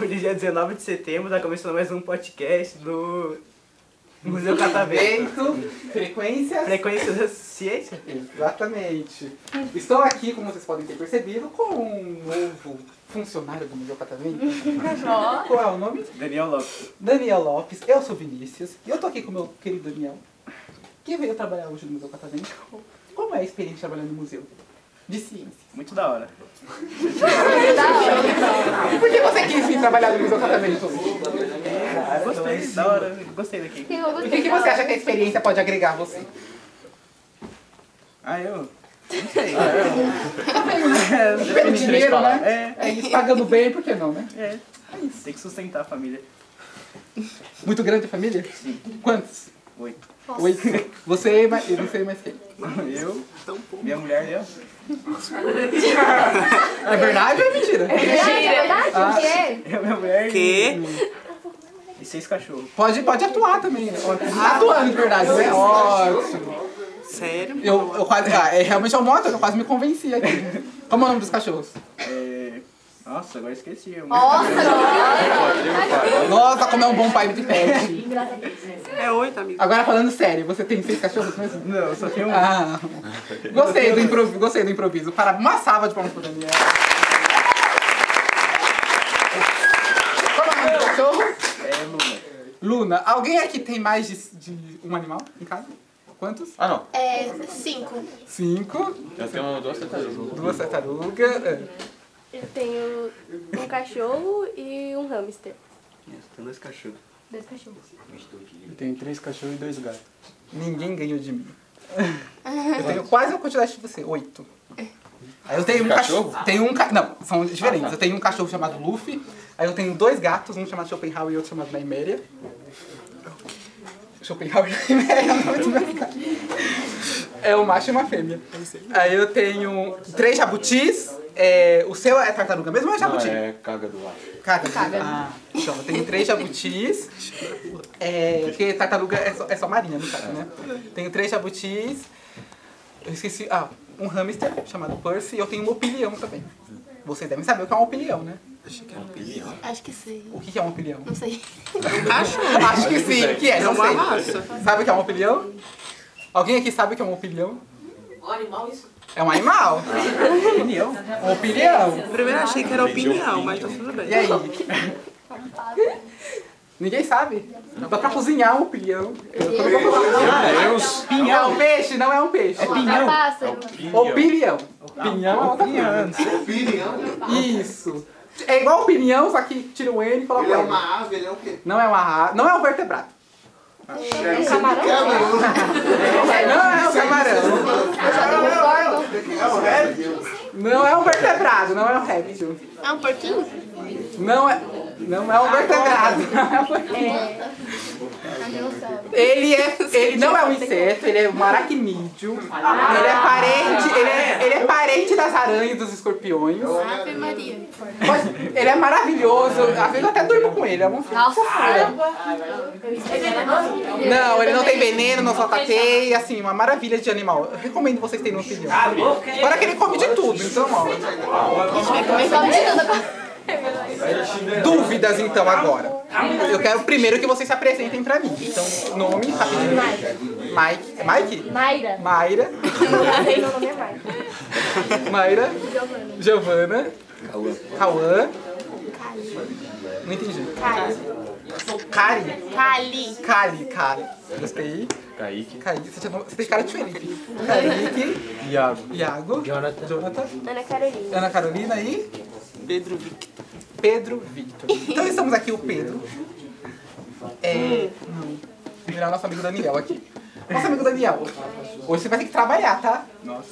Hoje é dia 19 de setembro, tá começando mais um podcast do Museu Catavento, Vento, frequências. Frequência da Ciência. Exatamente. Estou aqui, como vocês podem ter percebido, com um novo funcionário do Museu Catavento. Qual é o nome? Daniel Lopes. Daniel Lopes. Eu sou Vinícius. E eu tô aqui com o meu querido Daniel, que veio trabalhar hoje no Museu Catavento. Como é a experiência trabalhando no museu? De ciências. Muito da hora. E por que você quis vir trabalhar no Museu Catavento hoje? Ah, gostei, da hora. Gostei daqui. é E O que, que você acha que a experiência pode agregar a você? Ah, eu? Não sei. É, não sei Pelo nem dinheiro, falar. né? É isso, pagando bem, por que não, né? É, é. Tem que sustentar a família. Muito grande a família? Sim. Quantos? Oito. Oito. Você e mais, e você e mais quem? Eu, minha mulher e eu. É verdade ou é mentira? Verdade, é verdade? Ah. O quê? Eu, minha mulher e... Que? e seis cachorros. Pode, pode atuar também. né? Ótimo. Atuando, de verdade, né? Ótimo. Sério? Eu, eu quase. Ah, é realmente é um moto, eu quase me convenci aqui. Como é o nome dos cachorros? É... Nossa, agora esqueci. Eu- Nossa, como é um bom pai de pet. É oito, amigo. Agora falando sério, você tem seis cachorros mesmo? Não, só tem um. Ah, gostei do improviso, gostei do improviso. Para uma salva de palmas pro Daniel. Qual é o nome do cachorro? É Luna. Luna, alguém aqui tem mais de, de um animal em casa? Quantos? Ah, não. É, cinco. Cinco. Eu tenho duas tartarugas. Duas tartarugas. é. Eu tenho um cachorro e um hamster. Tem dois cachorros. Dois cachorros. Eu tenho três cachorros e dois gatos. Ninguém ganhou de mim. Eu tenho quase a quantidade de você, oito. Aí eu tenho um Cachorro? cachorro. Tenho um ca... Não, são diferentes. Eu tenho um cachorro chamado Luffy. Aí eu tenho dois gatos, um chamado Schopenhauer e outro chamado Naiméria. Schopenhauer e Naiméria é o nome do meu gato. É um macho e uma fêmea. Aí eu tenho três jabutis. é, o seu é tartaruga mesmo ou é Não, jabuti? é caga do ar. Caga. Ah, então, eu tenho três jabutis. É, porque tartaruga é só, é só marinha, no caso, né? Tenho três jabutis. Eu esqueci. Ah, um hamster chamado Percy e eu tenho um opilião também. Vocês devem saber o que é um opilião, né? Acho que sim. O que que é um opilião? Não sei. Acho que sim, o que é? É Não uma sei. raça. Sabe o que é um opilião? Alguém aqui sabe o que é um opilião? Um animal isso? É Opinião? um animal. Um opilião. Primeiro eu achei que era opinião, mas tá tudo bem. E aí? Ninguém sabe. Dá pra cozinhar um opilião. Meu Deus! Ah, É um peixe, não é um peixe. É Tá, pássaro. Opinião. Opinião é outra coisa. Isso. É igual opinião, só que tiram um N e colocam Ele é ele. uma ave, ele é o quê? Não é uma ra- Não é um vertebrado. né? Não é um camarão. Não é um vertebrado, não é um réptil. É um porquinho? Não é. Não é um É. vertebrado. Tá Ele é. Ele não é um inseto, ele é um aracnídeo. Ah. Ele é parente. Ele é, ele é parente das aranhas e dos escorpiões. Ave Maria. Mas ele é maravilhoso. Às vezes eu até durmo com ele. É um Nossa. Não, ele não tem veneno, não solta teia, assim, uma maravilha de animal. Eu recomendo vocês terem um filho. Agora que ele come de tudo, então, ó. Dúvidas, então, agora. Eu quero primeiro que vocês se apresentem pra mim. Então, nome, rapidinho. Mike. É Mike? Mayra. Mayra. Meu nome é Mayra. Mayra. Giovana. Cauã. Não entendi. Cari. Cali. Cari, Cari. Gostei. Kaique. Kaique, você, tinha nome- você tem cara de Felipe. Kaique, Iago. Iago, Jonathan. Ana Carolina. Ana Carolina e Pedro Victor. Pedro Victor. Então estamos aqui o Pedro. É. Não. Virar nosso amigo Daniel aqui. Nosso amigo Daniel, hoje você vai ter que trabalhar, tá? Nossa.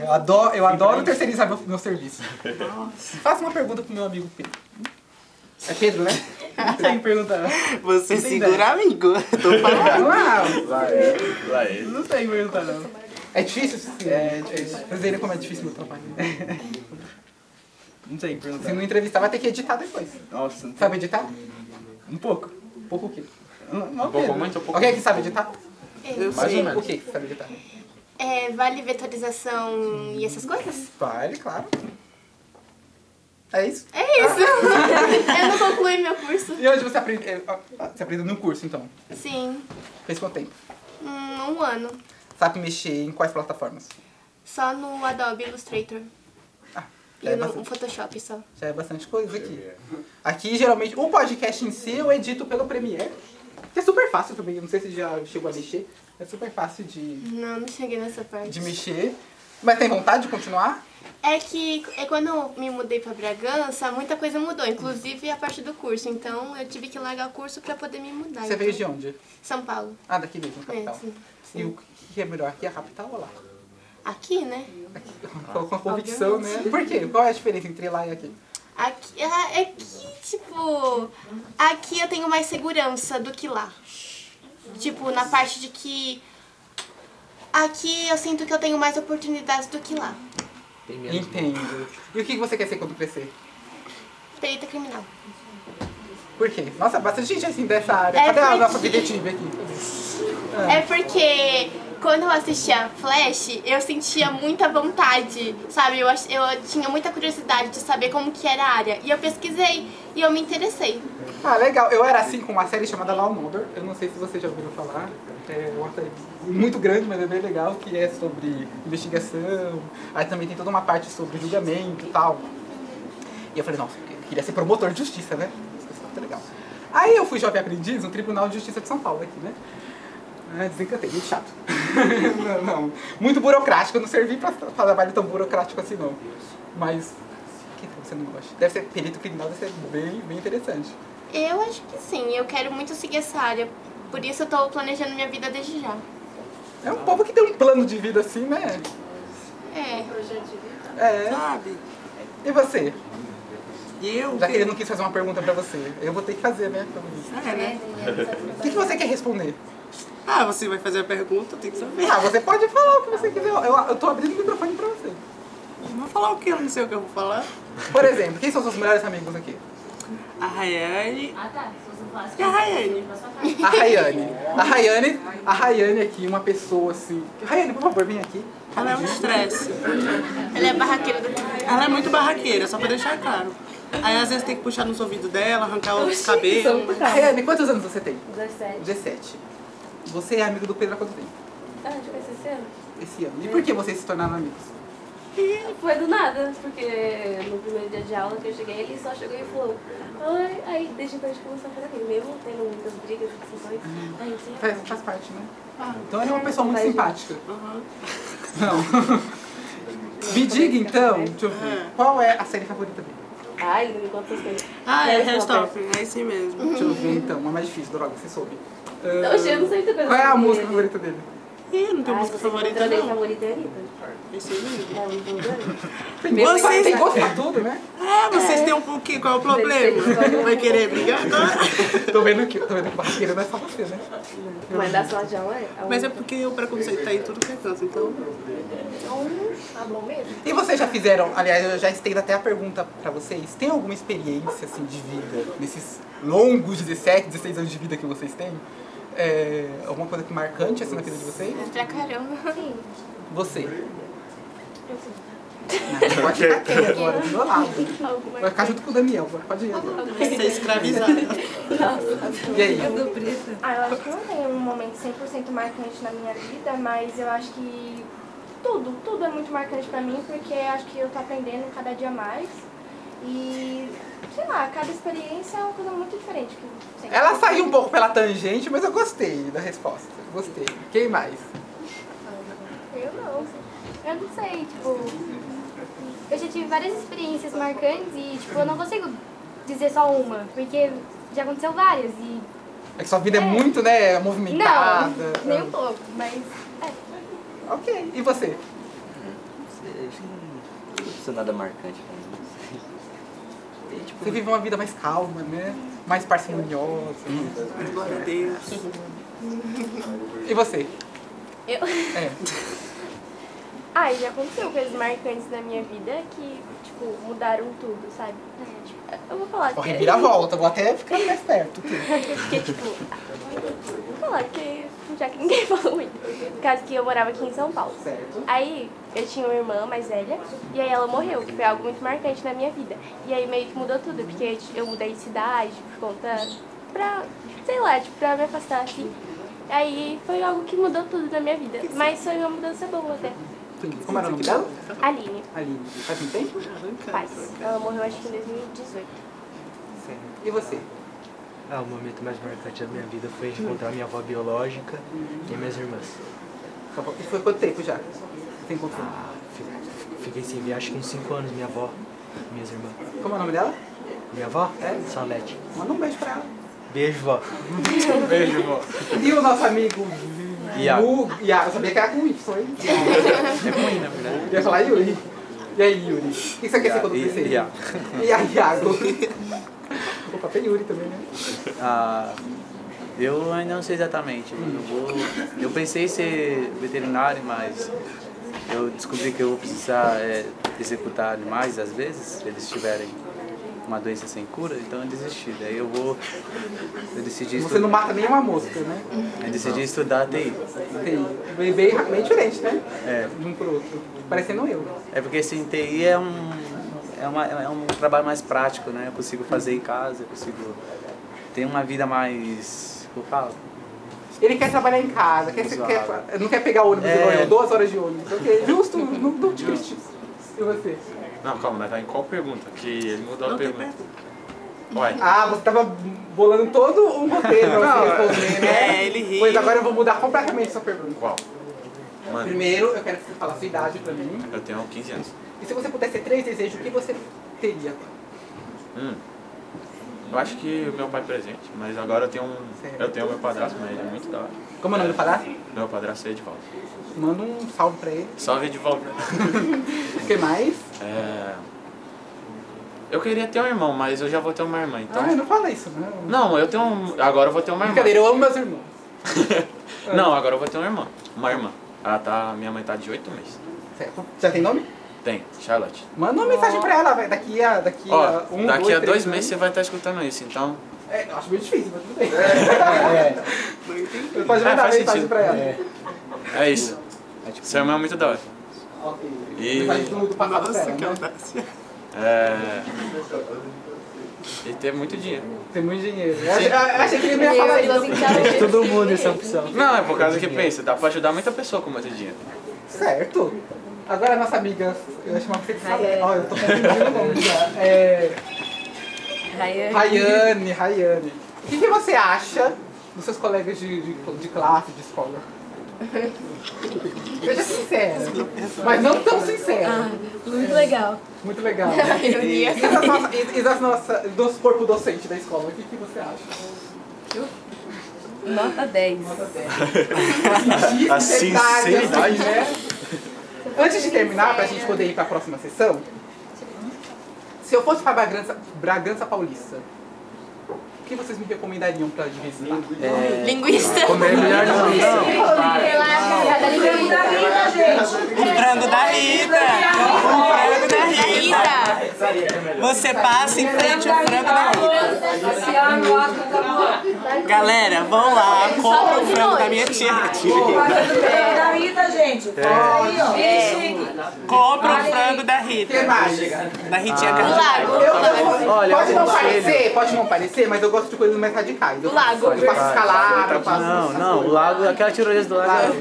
Eu adoro, eu adoro terceirizar meu, meu serviço. Faça uma pergunta pro meu amigo Pedro. É Pedro, né? Tem que perguntar. Você segura, amigo. Tô falando. Uau! Lá ele. Não sei o que perguntar, não. É difícil? Sim. É difícil. Vocês viram como é difícil meu trabalho. Não sei o que Se perguntar. não entrevistar, vai ter que editar depois. Nossa, não sei. Sabe editar? um pouco. Pouco o quê? Não, não Um pouco Pedro. muito ou pouco Alguém aqui muito? sabe editar? Eu- Mais ou O menos. que que sabe editar? É, vale vetorização e essas coisas? Vale, claro. É isso. É isso. Ah. eu não concluí meu curso. E onde você aprende? é, ó, Você aprende num curso, então. Sim, Fez quanto tempo? hum, um ano. Sabe mexer em quais plataformas? Só no Adobe Illustrator. Já é, E no bastante, Photoshop só. já é bastante coisa aqui. Aqui, geralmente, o podcast em si eu edito pelo Premiere. Que é super fácil também, eu não sei se já chegou a mexer. É super fácil de, Não, não cheguei nessa parte. de mexer. Mas tem vontade de continuar? É que é quando eu me mudei pra Bragança, muita coisa mudou, inclusive a parte do curso. Então eu tive que largar o curso pra poder me mudar. Você então. veio de onde? São Paulo. Ah, daqui mesmo, capital. É, sim. E o que é melhor aqui, a capital ou lá? Aqui, né? Com a convicção, né? Por quê? Qual é a diferença entre lá e aqui? Aqui, ah, é que, tipo, aqui eu tenho mais segurança do que lá. Tipo, na parte de que aqui eu sinto que eu tenho mais oportunidades do que lá. Entendo. E o que você quer ser quando crescer? Perita criminal. Por quê? Nossa, bastante gente assim dessa área. É Cadê a porque- nossa detetive aqui? É porque quando eu assistia Flash, eu sentia muita vontade, sabe? Eu, ach- eu tinha muita curiosidade de saber como que era a área. E eu pesquisei e eu me interessei. Ah, legal. Eu era assim com uma série chamada Law and Order. Eu não sei se vocês já ouviram falar. É uma série muito grande, mas é bem legal, que é sobre investigação. Aí também tem toda uma parte sobre julgamento e tal. E eu falei, nossa, eu queria ser promotor de justiça, né? Isso é muito legal. Aí eu fui jovem aprendiz no Tribunal de Justiça de São Paulo aqui, né? Ah, desencantei, muito chato. não, não. Muito burocrático, eu não servi pra pra trabalho tão burocrático assim, não. Mas, o que é que você não gosta? Deve ser perito criminal, deve ser bem, bem interessante. Eu acho que sim, eu quero muito seguir essa área. Por isso eu tô planejando minha vida desde já. É um povo que tem um plano de vida assim, né? É. É. Sabe? E você? E eu. Já que ele não quis fazer uma pergunta pra você, eu vou ter que fazer, né? pelo visto. É, né? O que, que você quer responder? Ah, você vai fazer a pergunta, eu tenho que saber. Ah, você pode falar o que você quiser. Eu, eu tô abrindo o microfone pra você. Vou falar o que? Eu não sei o que eu vou falar. Por exemplo, quem são seus melhores amigos aqui? A Rayane. Ah, tá. E a Rayane. A Rayane. A Rayane, a Rayane aqui, uma pessoa assim. Rayane, por favor, vem aqui. Ela é um estresse. Ela é barraqueira do Ela é muito barraqueira, só pra deixar claro. Aí às vezes tem que puxar nos ouvidos dela, arrancar os cabelos. Rayane, quantos anos você tem? 17. 17. Você é amigo do Pedro há quanto tempo? Ah, a gente vai ser cedo? Esse ano. E por que vocês se tornaram amigos? Foi do nada, porque no primeiro dia de aula que eu cheguei, ele só chegou e falou. Ai, aí desde então a gente começou a fazer amigo, mesmo tendo muitas brigas e discussões. A gente é assim. sempre Faz, faz parte, né? Ah, Então ele é uma pessoa muito Faz- simpática. Não. Me diga então, deixa eu ver, qual é a série favorita dele? Ai, não me conta essas coisas. Ah, é, Harry Hellstop, Potter. é isso mesmo. Deixa eu ver então, uma mais difícil, droga, você soube. Tá Ah, Oxe, eu não sei muita coisa. qual é a sobre música ele. favorita dele? Ih, não tá tem Ah, música você favorita, encontrou minha não. favorita é a Anitta. É isso mesmo. É muito boa. Tem Meu gosto, Deus. tem gosto pra tudo, né? Ah, vocês têm um pouquinho, qual é o problema? Vai querer brigar agora? Tô vendo que, tô vendo que barraqueira não é só você, né? Mas da sua já é? a Mas é única. porque o preconceito tá em tudo que é canto, então. Tá bom mesmo? E vocês já fizeram, aliás, eu já estendo até a pergunta pra vocês, tem alguma experiência assim de vida, nesses longos 17, 16 anos de vida que vocês têm? É, alguma coisa que marcante assim na vida de vocês? Pra caramba. Você. Não, Pode ficar aqui agora, do meu lado. Alguma Vai ficar junto com o Daniel, agora. pode ir. agora. Ser escravizada. E aí? Ah, eu acho que eu não tenho um momento 100% marcante na minha vida, mas eu acho que tudo, tudo é muito marcante pra mim, porque eu acho que eu tô aprendendo cada dia mais. E, sei lá, cada experiência é uma coisa muito diferente. Que sempre- Ela saiu um pouco pela tangente, mas eu gostei da resposta. Gostei. Quem mais? Eu não. Eu não sei, tipo. Eu já tive várias experiências marcantes e, tipo, eu não consigo dizer só uma, porque já aconteceu várias e. É que sua vida é muito, né, movimentada. Ah, Não, nem um pouco, mas. É. Ok. E você? Não precisa é nada marcante pra mim. Você vive uma vida mais calma, né? Mais parcimoniosa. Uhum. Glória a Deus. E você? Eu. É. Ah, e já aconteceu coisas marcantes na minha vida que, tipo, mudaram tudo, sabe? É, Tipo, eu vou falar Ó, que. reviravolta, vou até ficar mais perto. aqui. Porque, tipo, vou falar que já que ninguém falou muito. Por causa que eu morava aqui em São Paulo. Certo. Aí eu tinha uma irmã mais velha e aí ela morreu, que foi algo muito marcante na minha vida. E aí meio que mudou tudo, porque eu mudei de cidade por conta pra, sei lá, tipo, pra me afastar assim. Aí foi algo que mudou tudo na minha vida. Mas foi uma mudança boa até. Como era o nome dela? Aline, Aline. Faz muito tempo? paz. Ela morreu acho que em 2018. Certo. E você? Ah, o momento mais marcante da minha vida foi encontrar minha avó biológica e minhas irmãs. Tá bom. E foi quanto tempo já? Você encontrou? Fiquei sem ver acho que uns 5 anos, minha avó, minhas irmãs. Como é o nome dela? Minha avó? É? Salete. Manda um beijo pra ela. Beijo, vó. Beijo, vó. E o nosso amigo Iago. Gu- Iago. Eu sabia que era com Y, hein? É ruim, na verdade. Eu ia falar Yuri. E aí, Yuri? O que você quer ser quando E- crescer? e a- E aí, Iago? o papel Yuri também, né? Ah, eu ainda não sei exatamente. Eu, vou, eu pensei em ser veterinário, mas eu descobri que eu vou precisar é, executar animais às vezes, se eles tiverem uma doença sem cura, então eu desisti. Daí eu vou. Eu decidi, Você estu- não mata nenhuma mosca, né? eu decidi estudar TI. Tem. Bem, bem, bem diferente, né? É. De um pro outro. Parecendo eu. É porque assim, TI é um, é, uma, é um trabalho mais prático, né? Eu consigo fazer em casa, eu consigo ter uma vida mais. Como fala? Ele quer trabalhar em casa, quer, ser- quer- não quer pegar ônibus É. igual eu, duas horas de ônibus. Ok, justo, não, não te critico. E você? Não, calma, nós tá em qual pergunta? Que ele mudou a Não tem pergunta. Ué, Ah, você tava bolando todo um roteiro pra você responder, né? É, ele ri. Pois agora eu vou mudar completamente sua pergunta. qual? Mano, Primeiro, eu quero que você fale a sua idade pra mim. eu tenho 15 anos. E se você pudesse ter três desejos, o que você teria? Hum. Eu acho que o meu pai é presente, mas agora eu tenho um. Certo. Eu tenho meu padrasto, mas ele é muito da hora. Como é o nome do padrasto? Meu padrasto é Edvaldo. Manda um salve pra ele. Salve Edvaldo. O que mais? é... Eu queria ter um irmão, mas eu já vou ter uma irmã, então. Ah, não fala isso, não. Não, eu tenho um. Agora eu vou ter uma irmã. Brincadeira, eu amo meus irmãos. Não, agora eu vou ter uma irmã. Uma irmã. Ela tá. Minha mãe tá de 8 meses. Certo. Já tem nome? Tem, Charlotte. Manda uma mensagem pra ela, vai. Daqui a, daqui Ó, a um, daqui a três dois meses você vai estar escutando isso, então. É, eu acho meio difícil, mas tudo bem. é, Você É, Pode mandar faz mensagem sentido. pra ela. É isso. Seu irmão é muito da hora. tipo Ok. E- Mensagem do, do passado pra Nossa, ela, que né? audácia. É. E ter muito dinheiro. Tem muito dinheiro. Eu achei, eu achei que ele ia falar isso. Deus, assim, tá Todo mundo essa opção. Não, é por causa que pensa, dá pra ajudar muita pessoa com muito dinheiro. Certo. Agora a nossa amiga, eu acho uma que sabe. Ó, eu tô confundindo o nome já. É, Ryan. Rayane, Rayane. O que, que você acha dos seus colegas de, de, de classe, de escola? Seja sincera, mas não tão sincera. Muito legal. Muito legal. né? E, e, das nossas- e, e das nossas, do corpo docente da escola, o que, que você acha? Nota 10. A sinceridade, né? Antes de terminar, pra gente poder ir pra próxima sessão, se eu fosse pra Bragança, Bragança Paulista, o que vocês me recomendariam pra de visitar? Linguista. Comer É, melhor não. O frango da Rita. O frango da Rita. Você passa em frente ao frango da Rita. É. Galera, vão lá, compra o frango da minha tia. Compra o frango da O que Rita. mais? Da Ritinha O Carvalho. lago. é É, Eu não, é. Olha, um pode eu não aconselho. parecer, pode não parecer, mas eu gosto de coisas mais radicais. Eu Lago. faço- Eu faço escalada, eu faço... Não, não, o lago, aquela tirolesa do lago.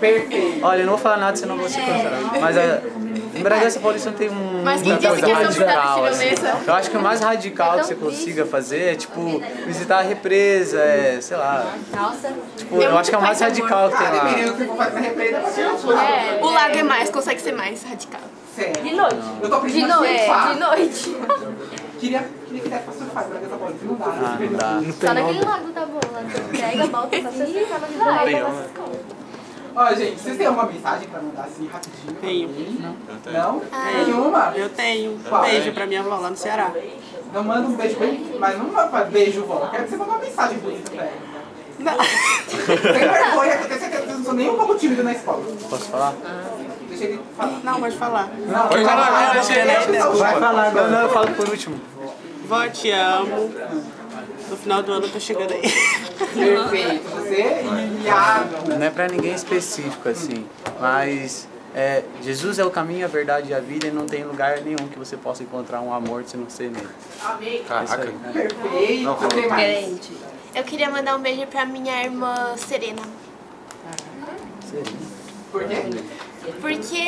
Perfeito. Olha, eu não vou falar nada, senão eu vou ser cancelado. Mas é, em Bragança Paulista tem um. Mas quem uma disse coisa que essa mulher radical, da assim. tirolesa? É Eu acho que o mais radical que você consiga fazer é, tipo, visitar a represa, é, sei lá. Nossa. Tipo, eu acho que é o mais radical que tem Cara, lá. menino, se for fazer represa, pode ser O lago é mais, consegue ser mais radical. Sério. De noite. Eu tô De pedindo noite. surfar. De noite. Queria, queria que desse pra surfar, mas essa bola não dá. né? Ah, não dá. Só naquele lago tá bom. Lá tu pega, volta, só você fica na Tem, cidade. né? Ó, gente, vocês têm alguma mensagem pra mandar assim rapidinho? Tenho. Não? Eu tenho. Não? Ah. Nenhuma? Eu tenho. Um beijo pra minha avó lá no Ceará. Não manda um beijo bem, mas não manda beijo, vó. Eu Quero que você mande uma mensagem bonita pra ela. Não. Sem vergonha, porque eu tenho certeza que vocês não são nem um pouco tímido na escola. Posso Tá, falar? Deixa ele falar. Não, pode falar. Não, pode falar, não, deixa ele- Vai falar agora. Não, não, eu falo por último. Vó, te amo. No final do ano eu tô chegando aí. Perfeito. Você é e Iago. Não é para ninguém específico assim, mas é, Jesus é o caminho, a verdade e a vida e não tem lugar nenhum que você possa encontrar um amor se não ser nele. Amém. Caraca. Perfeito. Não, Quem mais? Eu queria mandar um beijo pra minha irmã Serena. Por quê? Porque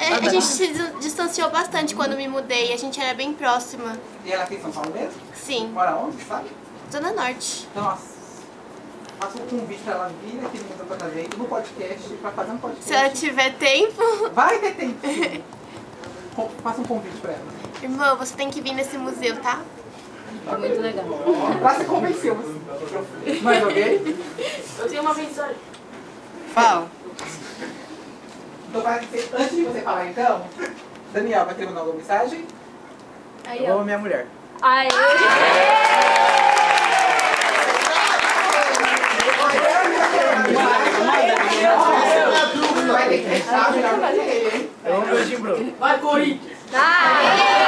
a, a gente se dis- distanciou bastante quando me mudei. A gente era bem próxima. E ela aqui em São Paulo mesmo? Sim. Mora onde, sabe? Zona Norte. Nossa. Faça um convite pra ela vir aqui no Museu da Gente, no podcast, pra fazer um podcast. Se ela tiver tempo. Vai ter tempo. sim. Com- Faça um convite pra ela. Irmã, você tem que vir nesse museu, tá? É muito legal. Ela se convenceu. assim. Mais alguém? Eu tenho uma mensagem. Fala. Então vai ser, antes de você falar então, Daniel, vai querer mandar alguma mensagem? Aí, Eu ó. amo minha mulher. Aí. Vai ter que fechar, melhor do que ele, hein? Eu amo meu Jimbro. Vai, Corinthians.